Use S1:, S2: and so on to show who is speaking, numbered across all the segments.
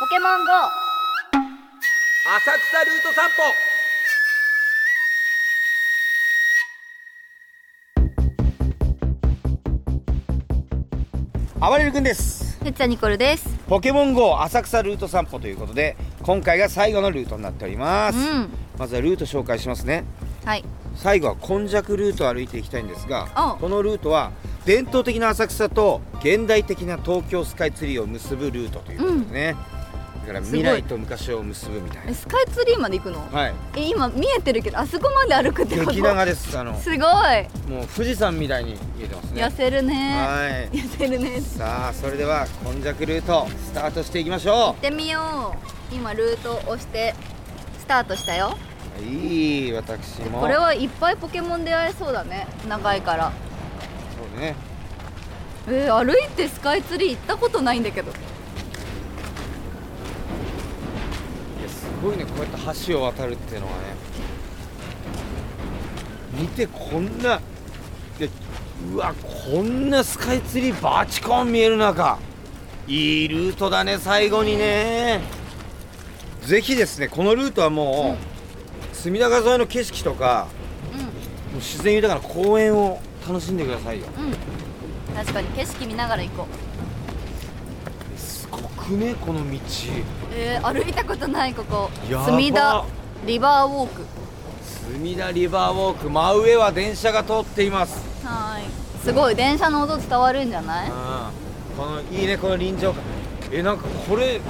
S1: ポケモン GO
S2: 浅草ルート散歩
S3: あばれる君です
S1: ふっちゃニコルです
S3: ポケモン GO 浅草ルート散歩ということで今回が最後のルートになっております、
S1: うん
S3: まずはルート紹介しますね
S1: はい
S3: 最後は今弱ルートを歩いていきたいんです
S1: お
S3: が
S1: う
S3: このルートは伝統的な浅草と現代的な東京スカイツリーを結ぶルートということでね、だから
S1: すごい
S3: 未来と昔を結ぶみたい
S1: え
S3: な
S1: スカイツリーまで行くの
S3: はい
S1: え今見えてるけどあそこまで歩 くってこと
S3: 激長ですあの
S1: すごい
S3: もう富士山みたいに見えてますね
S1: 痩せるね
S3: はい
S1: 痩せるね行
S3: さあそれでは今弱ルートスタートしていきましょ
S1: ってみよう今ルートを押してスタートしたよ
S3: ういい私も
S1: これはいっぱいポケモン出会えそうだね長いから
S3: そうね
S1: えー、歩いてスカイツリー行ったことないんだけど
S3: いやすごいねこうやって橋を渡るっていうのはね見てこんなでうわこんなスカイツリーバチコン見える中いいルートだね最後にねぜひですねこのルートはもう、隅田川沿いの景色とか
S1: う
S3: もう自然豊かな公園を楽しんでくださいよ
S1: んうん確かに景色見ながら行こう
S3: すごくねこの道
S1: えー、歩いたことないここ
S3: やば
S1: 隅田リバーウォーク
S3: 隅田リバーウォーク真上は電車が通っています
S1: はーいすごい電車の音伝わるんじゃない
S3: うんこのいいねこの臨場感えなんかこれ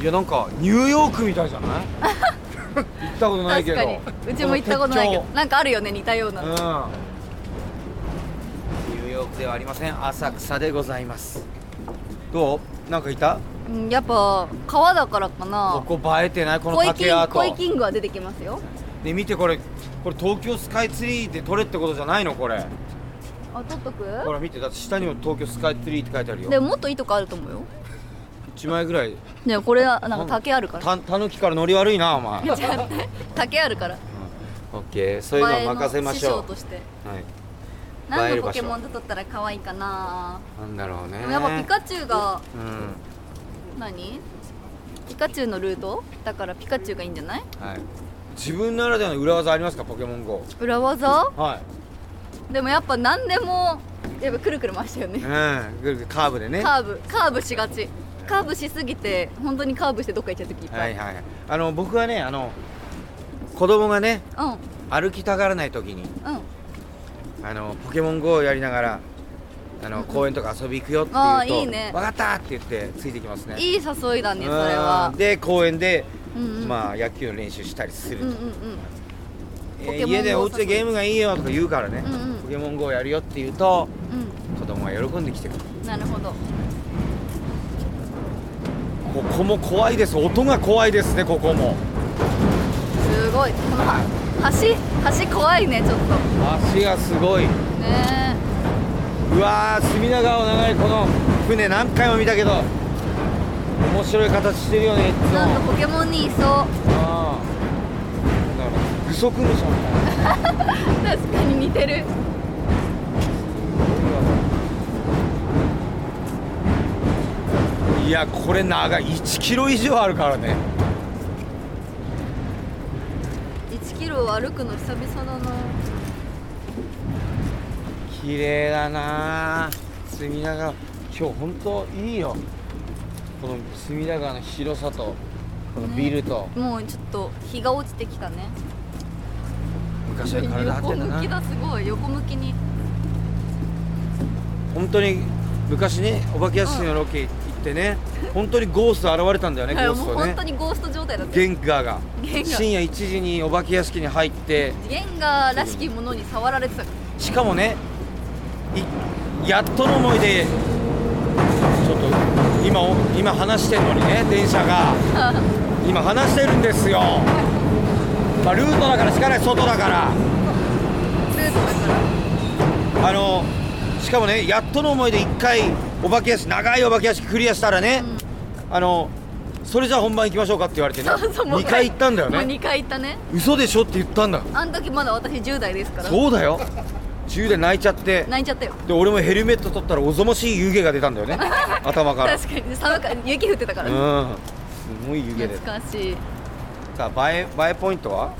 S3: いやなんかニューヨークみたいじ ゃない行ったことないけ
S1: 確
S3: ど
S1: かにうちも行ったことないけど
S3: こ
S1: なんかあるよね似たような
S3: の鉄橋うんニューヨークではありません浅草でございますどうなんかいた
S1: うんやっぱ川だからかな
S3: ここ映えてないこの
S1: コイ
S3: 竹
S1: キン
S3: ア
S1: コイ
S3: ート
S1: キングは出てきますよ
S3: で見てこれこれ東京スカイツリーで撮れってことじゃないのこれ
S1: あ取っとく
S3: ほら見てだって下にも東京スカイツリーって書いてあるよ
S1: でももっといいとこあると思うよ
S3: 1枚ぐらい
S1: でもこれはなんか竹あるから
S3: たたぬきからノリ悪いなお前
S1: 竹あるから
S3: オッケーそういうのは任せましょ
S1: 前の師匠
S3: う
S1: として
S3: はい映え
S1: 何の
S3: る
S1: ポ
S3: 場所
S1: ケモンで撮ったら可愛いかな
S3: なんだろうね
S1: でもやっぱピカチュウが
S3: うん
S1: 何ピカチュウのルートだからピカチュウがいいんじゃない
S3: はい自分ならではの裏技ありますかポケモン GO
S1: 裏技
S3: は
S1: でもやっぱ何でもやっぱくるくる回したよ
S3: い
S1: ね
S3: うんぐるぐるカーブでねは
S1: カーブカーブしがちカーブしすぎて本当にカーブしてどっか行っちゃう時いっぱい、
S3: いはいあの僕はねあの子供がね
S1: うん
S3: 歩きたがらない時に
S1: うん
S3: あのポケモン GO をやりながらあの公園とか遊び行くよって言うと
S1: あーいいね
S3: 分かったって言ってついてきますね
S1: いい誘いだねそれは
S3: うんで公園で、
S1: うんうん
S3: まあ野球の練習したりする
S1: うんうんうん
S3: と、えー
S1: ポケモン GO
S3: 家でお家でゲームがいいよとか言うからね、
S1: うんうん
S3: ポケモン GO やるよって言うと子供が喜んできてくる
S1: うんなるほど
S3: ここも怖いです音が怖いですねここも
S1: すごいこのは橋橋怖いねちょっと
S3: 足がすごい
S1: ね
S3: うわー隅田川を流れるこの船何回も見たけど面白い形してるよねいつ
S1: え
S3: も
S1: なんかポケモンにいそう
S3: あーだからグソクムシャみたいな
S1: 確かに似てる
S3: いやこれ長い1キロ以上あるからね
S1: 1キロを歩くの久々だな
S3: 綺麗だなあ隅田川今日本当いいよこの隅田川の広さとこのビルと、
S1: もうちょっと日が落ちてきたね
S3: 昔は体張っ
S1: 横
S3: てんだ
S1: 向き
S3: な
S1: だすごい横向きに
S3: 本当に昔ねお化け屋敷のロケ行ってね、本当にゴースト現れたんだよね
S1: はい
S3: ゴー
S1: も
S3: ス
S1: う
S3: ト
S1: 本
S3: ね
S1: 当にゴースト状態だった
S3: ゲ
S1: よ
S3: ンガーが
S1: ゲンガー
S3: 深夜1時にお化け屋敷に入って
S1: ゲンガーらしきものに触られてたから
S3: しかもねいやっとの思いでちょっと今お今話してるのにね電車 が今話してるんですよ、まあ、ルートだからしかない外だから
S1: ルートだから
S3: あのしかもねやっとの思いで1回お化け屋敷長いお化け屋敷クリアしたらね、あのそれじゃあ本番行きましょうかって言われて ね
S1: そうそうもう
S3: 2回行ったんだよ
S1: もう
S3: ね
S1: 2回行ったね
S3: 嘘でしょって言ったんだ
S1: あの時まだ私10代ですから
S3: そうだよ10で泣いちゃって
S1: 泣いちゃったよ
S3: で俺もヘルメ ット取ったらおぞましい湯気が出たんだよね頭から
S1: 確かに寒か雪降ってたから、
S3: うんごい湯気で
S1: 懐かしい
S3: さあ映え映えポイントは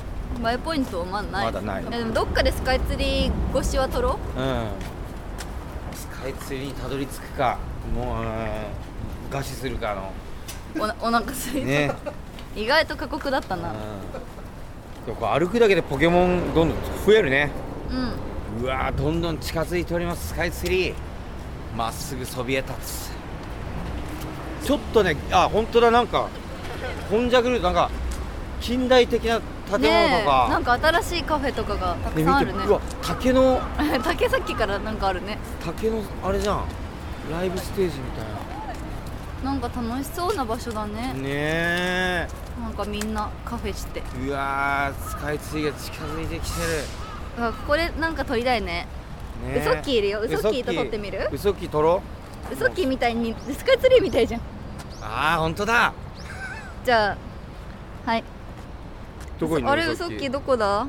S1: マイポイントまだない
S3: まだない
S1: やでもどっかでスカイツリー越しは撮ろ
S3: うんスカイツリーにたどり着くかもううん餓死するか
S1: う
S3: の
S1: おなお腹すいた、
S3: ね
S1: 意外と過酷だった
S3: うん
S1: な
S3: でもこう歩くだけでポケモンどんどん増えるね
S1: うん
S3: うわーどんどん近づいておりますスカイツリーまっすぐそびえ立つちょっとねあ本当だなんか本ンジャグルートなんか近代的な建物
S1: ね
S3: と
S1: え
S3: か、
S1: なんか新しいカフェとかがたく
S3: ね
S1: さんあ
S3: 見
S1: る
S3: て
S1: ね
S3: うわ竹の
S1: 竹崎からなんかあるね
S3: 竹のあれじゃんライブステージみたいな
S1: なんか楽しそうな場所だね
S3: ねえ
S1: なんかみんなカフェして
S3: うわースカイツリーが近づいてきて
S1: うわここでなんか撮りたいね
S3: る、ねえ、
S1: ウソッキーいるよウソッキーと
S3: ウ
S1: 撮ってみる
S3: ウソッキー撮ろ
S1: ウソッキーみたいにスカイツリーみたいじゃん
S3: うああ本当だ
S1: じゃあはい
S3: どこにいる
S1: あれウソッキーどこだ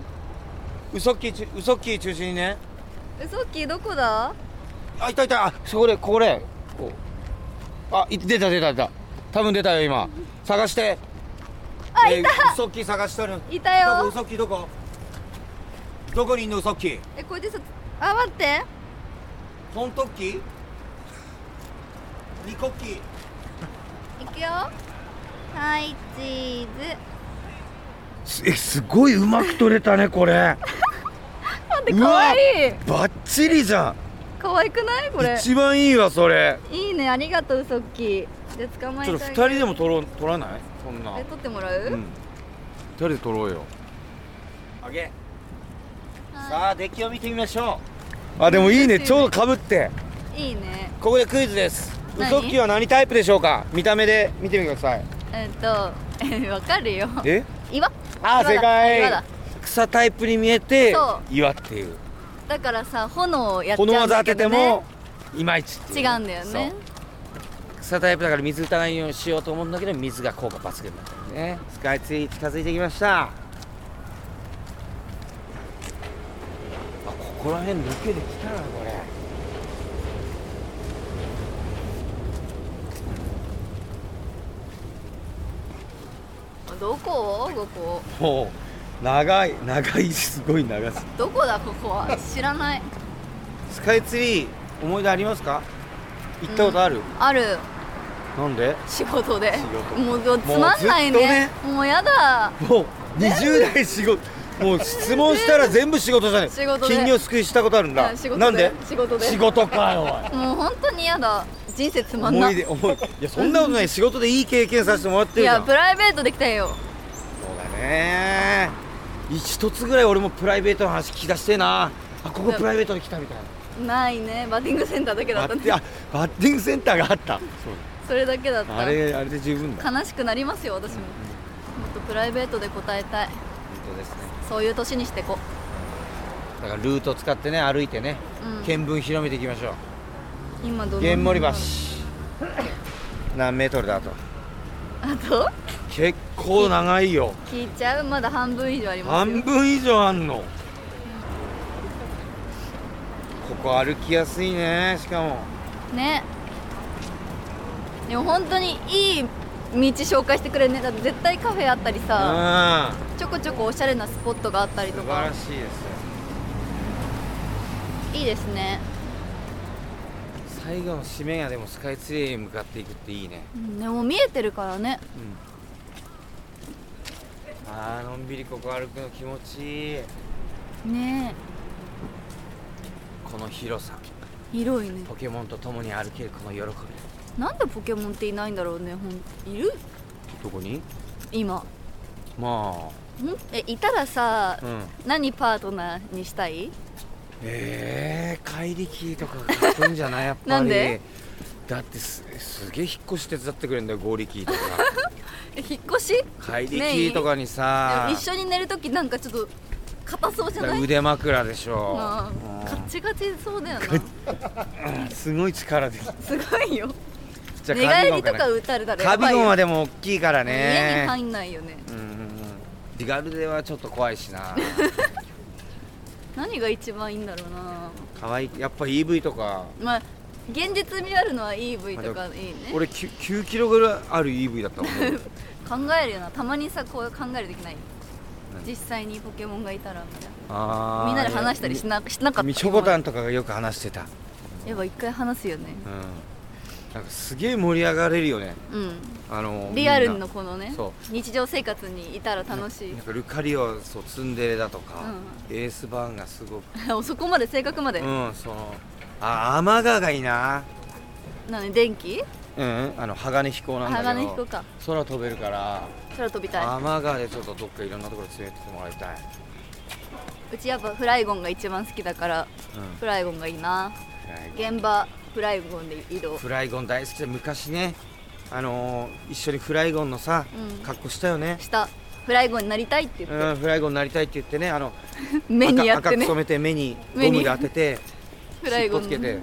S3: ウソッキーちゅウソッキー中心にね
S1: ウソッキーどこだ
S3: あいたいたあそこでこれこうあい出た出た出た多分出たよ今探して
S1: あ
S3: え
S1: いた
S3: ーウソッキー探してる
S1: いた
S3: どこウ
S1: よ
S3: ソッキーどこどこにいんのウソッキー
S1: えこれでさあ待って
S3: ホントッキーニコッキー
S1: いくよはいチーズ
S3: すえすごいうまく撮れたねこれ
S1: 待って
S3: うわ
S1: かわいい
S3: バッチリじゃん
S1: かわいくないこれ
S3: 一番いいわそれ
S1: いいねありがとうウソッキーじゃあ捕まえ
S3: ちょ
S1: て
S3: っと
S1: あ
S3: 二
S1: げる
S3: 人でも撮ろう撮らないそんな
S1: え撮ってもらう、
S3: うん二人で撮ろうよあげ
S1: は
S3: あ出来を見てみましょうあでもいいねちょうどかぶって
S1: いいいね
S3: ここでクイズですウ
S1: 何
S3: ソッキーは何タイプでしょうか見た目で見てみてくだ さい
S1: えっとえわかるよ
S3: え
S1: 岩
S3: あー
S1: 岩だ
S3: 正解
S1: 岩だ
S3: 草タイプに見えて
S1: そ
S3: 岩っていう
S1: だからさ炎をやっちゃ
S3: こ
S1: うんだけど、ね、
S3: の技当ててもいまいちってい
S1: 違うんだよね
S3: そう草タイプだから水打たないようにしようと思うんだけど水が効果抜群だったんだよねスカイツリー近づいてきましたあここら辺抜けてきたなこれ
S1: どこここ
S3: もう長い長いすごい長す
S1: どこだここは知らない
S3: スカイツリー思い出ありますか行ったことある、
S1: ある
S3: なんで
S1: 仕事で
S3: 仕事
S1: もうつまんないねもうやだ
S3: もう20代仕事もう質問したら全部仕事じゃな い
S1: 仕事で
S3: 金魚すくいしたことあるんだ
S1: うん仕事で
S3: なんで
S1: 仕事で
S3: 仕事かよ おい
S1: もう本当にやだ人生つまんな
S3: 思い出思いいやそんなことない仕事でいい経験させてもらって
S1: い
S3: るじゃ
S1: や
S3: ん
S1: プライベートできたいよ
S3: そうだね一つぐらい俺もプライベートの話聞き出してえなあここプライベートで来たみたい
S1: ないねバッティングセンターだけ
S3: な
S1: だ
S3: あ
S1: った
S3: って
S1: ね
S3: あバッティングセンターがあった
S1: それだけだった
S3: あれあれで十分だ
S1: 悲しくなりますよ私ももっとプライベートで答えたい
S3: 当ですね
S1: そういう年にしてこ
S3: だからルート使ってね歩いてね、
S1: うん
S3: 見聞広めていきましょう
S1: 今どの
S3: 玄森橋何メートルだと
S1: あと
S3: 結構長いよ
S1: 聞いちゃうまだ半分以上ありますよ
S3: 半分以上あんのここ歩きやすいねしかも
S1: ねでも本当にいい道紹介してくれるねだって絶対カフェあったり
S3: うん素
S1: さ
S3: 晴
S1: ちょこちょこおしゃれなスポットがあったりとから
S3: しいですよ
S1: いいですね、
S3: 最後の締めがでもスカイツリーに向かっていくっていいね、
S1: うん、でも見えてるからね
S3: あーのんびりここ歩くの気持ちいい
S1: ね
S3: この広さ
S1: え広いね
S3: ポケモンと共に歩けるこの喜び
S1: なんでポケモンっていないんだろうねほんいる
S3: どこに
S1: 今
S3: ま
S1: んえいたらさ
S3: あ、うん
S1: 何パートナーにしたい
S3: ええ怪力とかかっこいいんじゃ ないやっぱり
S1: なんで
S3: だってすすげえ引っ越し手伝ってくれるんだよ剛 力とか
S1: え引っ越し
S3: 怪力とかにさ
S1: 一緒に寝るときなんかちょっと硬そうじゃ
S3: だか
S1: な
S3: ら
S1: い
S3: 腕枕でしょ
S1: あ
S3: うん
S1: ーカッチガチそうだよな
S3: すごい力です
S1: すごいよ
S3: じ
S1: 寝
S3: ゃあカ
S1: 返
S3: ビゴ
S1: り
S3: ンか
S1: と
S3: な
S1: か打たれたら
S3: カ
S1: や
S3: ビ
S1: ばい
S3: ゴン
S1: よ
S3: はでも大きいから
S1: 家に
S3: ね
S1: 入んないよね
S3: うんうんうんディガルデはちょっと怖い しな
S1: 何が一番いいんだろうな
S3: 可愛いやっぱ EV とか
S1: まあ現実味あるのは EV と
S3: まあ
S1: かいいね
S3: 俺 9, 9キロぐらいある EV だったもん ね
S1: 考えるよなたまにさこう考えるできない実際にポケモンがいたらみたいな
S3: あー
S1: みんなで話したりしなしなかった
S3: みみちょぼたんとかがよく話してた、
S1: やっぱ一回話すよね
S3: うん、なんかすげえ盛り上がれるよね
S1: うん
S3: あの
S1: リアル
S3: みんな
S1: のこのね
S3: そ
S1: 日常生活にいたら楽しい
S3: なんかルカリオそうツンデレだとか、
S1: う
S3: エースバーンがすごく
S1: そこまで性格まで、
S3: うんそのあアマガがいいな
S1: なのに電気
S3: うんあの鋼飛行なんだけど
S1: 鋼飛行か
S3: 空飛べるから
S1: 空飛びたい
S3: アマガでちょっとどっかいろんなところ連れてってもらいたい、
S1: うちやっぱフライゴンが一番好きだから
S3: うん
S1: フライゴンがいいな
S3: フライゴン
S1: 現場フライゴンで移動
S3: フライゴン大好きで昔ねあのー一緒にフライゴンのさ、
S1: うん
S3: 格好したよ ね
S1: したフライゴンになりたいって言
S3: う
S1: っ
S3: んフライゴンになりたいって言ってねあの
S1: て、 目にやっ
S3: 赤
S1: て
S3: 赤く
S1: ね
S3: 染めて目にゴ
S1: 目に
S3: ムで当てて
S1: フライ
S3: 尻
S1: ゴ
S3: 尾
S1: ン
S3: つけて、うん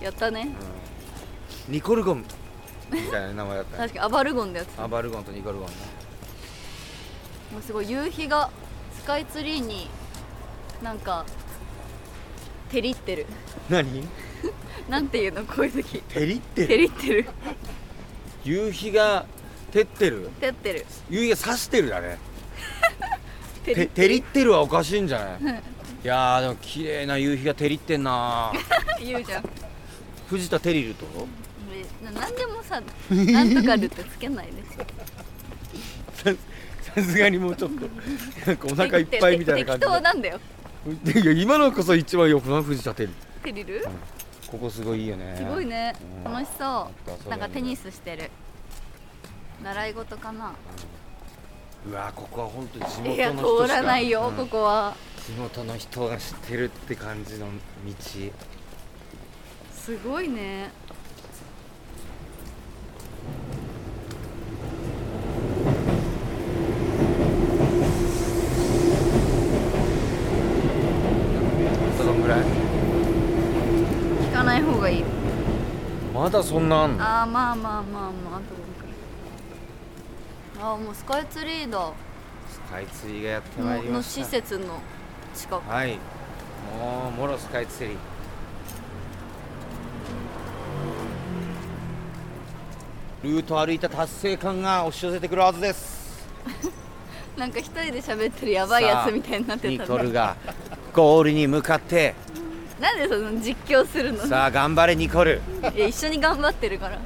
S1: やったね
S3: ニコルゴンみたいな名前だった
S1: 確かにアバルゴンでやってた
S3: アバルゴンとニコルゴンね
S1: もうすごい夕日がスカイツリーになんか照りって る
S3: 何
S1: なんていうのこういう時
S3: 照りって
S1: 照
S3: る
S1: りってる
S3: 夕日が照ってる
S1: 照ってる
S3: 夕日が差してるだね
S1: 照
S3: て
S1: り
S3: 照りってるはおかしいんじゃないいやーでも綺麗な夕日が照りってんな
S1: 言うじゃん で
S3: 藤田照りると
S1: ななんでもさなんとかるってつけないで
S3: ささすがにもうちょっとな んかお腹いっぱいみたいな
S1: 適当
S3: 感
S1: なんだよ
S3: じでいや今のこそ一番よくない藤田照り
S1: テリル
S3: ここすごいいいよね
S1: すごいね
S3: うん
S1: 楽しそ
S3: なんかそう
S1: うな
S3: だね
S1: んかテニスしてる習い事かな
S3: うわーここは本当に地
S1: い
S3: 元
S1: や
S3: の人
S1: 通
S3: しから
S1: ないよ
S3: うん
S1: ここは
S3: 地元の人が知ってるって感じの道
S1: すごいね
S3: あとどんぐらい
S1: 聞かない方がいい
S3: まだそんなあんの
S1: あーまあまあまあまああとああーもうスカイツリーだの
S3: スカイツリーがやってまいり
S1: の
S3: ました
S1: 施設の近く
S3: はいもうもろスカイツリールート歩いた達成感が押し寄せてくるはずです
S1: なんか一人で喋ってるやばいやつみたいになってたね
S3: ニコルがゴールに向かって
S1: なんでその実況するの
S3: さあ頑張れニコル
S1: いや一緒に頑張ってるから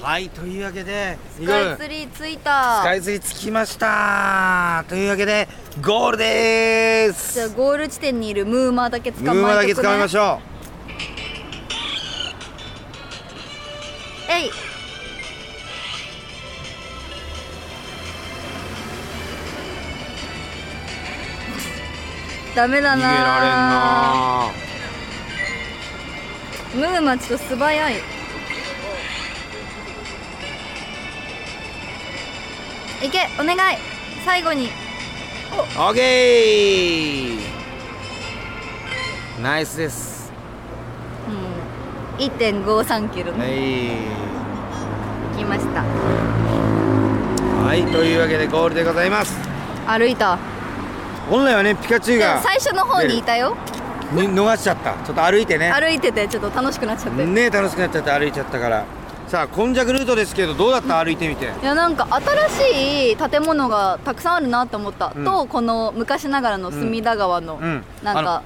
S3: はいというわけで
S1: ス
S3: ニコル
S1: カイツリー着い
S3: スカ
S1: た
S3: イツリー着きましたというわけでゴールでー
S1: じゃあ
S3: す
S1: ゴール地点にいるムーマーだけ捕
S3: ム
S1: まえ
S3: ーマだけ
S1: とく
S3: 捕
S1: ね
S3: まえましょ
S1: えいダメだ
S3: う逃げられん
S1: な
S3: な
S1: ムーマちょっと素早いいけお願い最後に
S3: オッケーナイスです
S1: うん1.53キロ
S3: は
S1: ね
S3: い
S1: 行きました
S3: はいというわけでゴールでございます
S1: 歩いた
S3: 本来はねピカチュウ
S1: で
S3: が
S1: も最初の方にいたよ
S3: に逃しちゃったちょっと歩いてね
S1: 歩いててちょっと楽しくなっちゃって、い
S3: ね楽しくなっちゃって歩いちゃったからさあ今昔ルートですけどどうだった歩いてみて
S1: やなんか新しい建物がたくさんあるなと思った、
S3: うん
S1: とこの昔ながらの隅田川の、
S3: うん
S1: なんか
S3: あ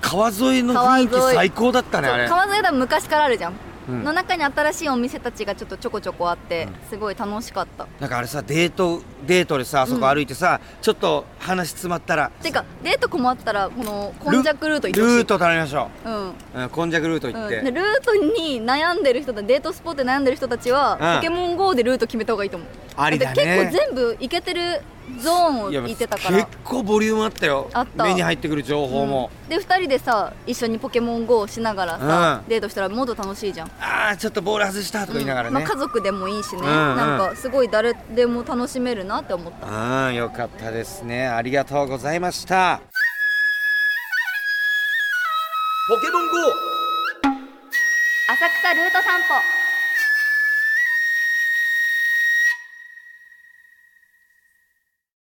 S3: 川沿いの雰囲
S1: 川沿い
S3: 気最高だったねあ
S1: そう
S3: れ
S1: 川沿いだ昔からあるじゃん、
S3: うん
S1: の中に新しいお店たちがちょっとちょこちょこあって、すごい楽しかった
S3: なんかあれさデートデートでさあそこ歩いてさ、ちょっと話詰まったら
S1: てかデート困ったらこのこ
S3: ル
S1: んじゃくルート行って
S3: ル
S1: ほしい
S3: ート頼みましょ
S1: うん
S3: う、うん、こんじゃくルート行
S1: うん、
S3: っ
S1: で
S3: て、
S1: ルートに悩んでる人たデートスポットで悩んでる人たちは、
S3: うん
S1: ポケモン GO でルート決めた方がいいと思う
S3: あり
S1: っ
S3: だね
S1: て結構全部行けてるゾーンを
S3: いや
S1: 行ってたから
S3: 結構ボリュームあったよ
S1: あった
S3: 目に入ってくる情報も、
S1: で2人でさ一緒にポケモン GO をしながらさ、
S3: うん
S1: デートしたらもっと楽しいじゃん
S3: ああちょっとボール外したとか言いながら
S1: うんま
S3: ね
S1: あ、、家族でもいいしね、
S3: うんうん
S1: なんかすごい誰でも楽しめるなって思った
S3: ああよかったですねありがとうございました
S2: ポケモン GO!
S1: 浅草ルート散歩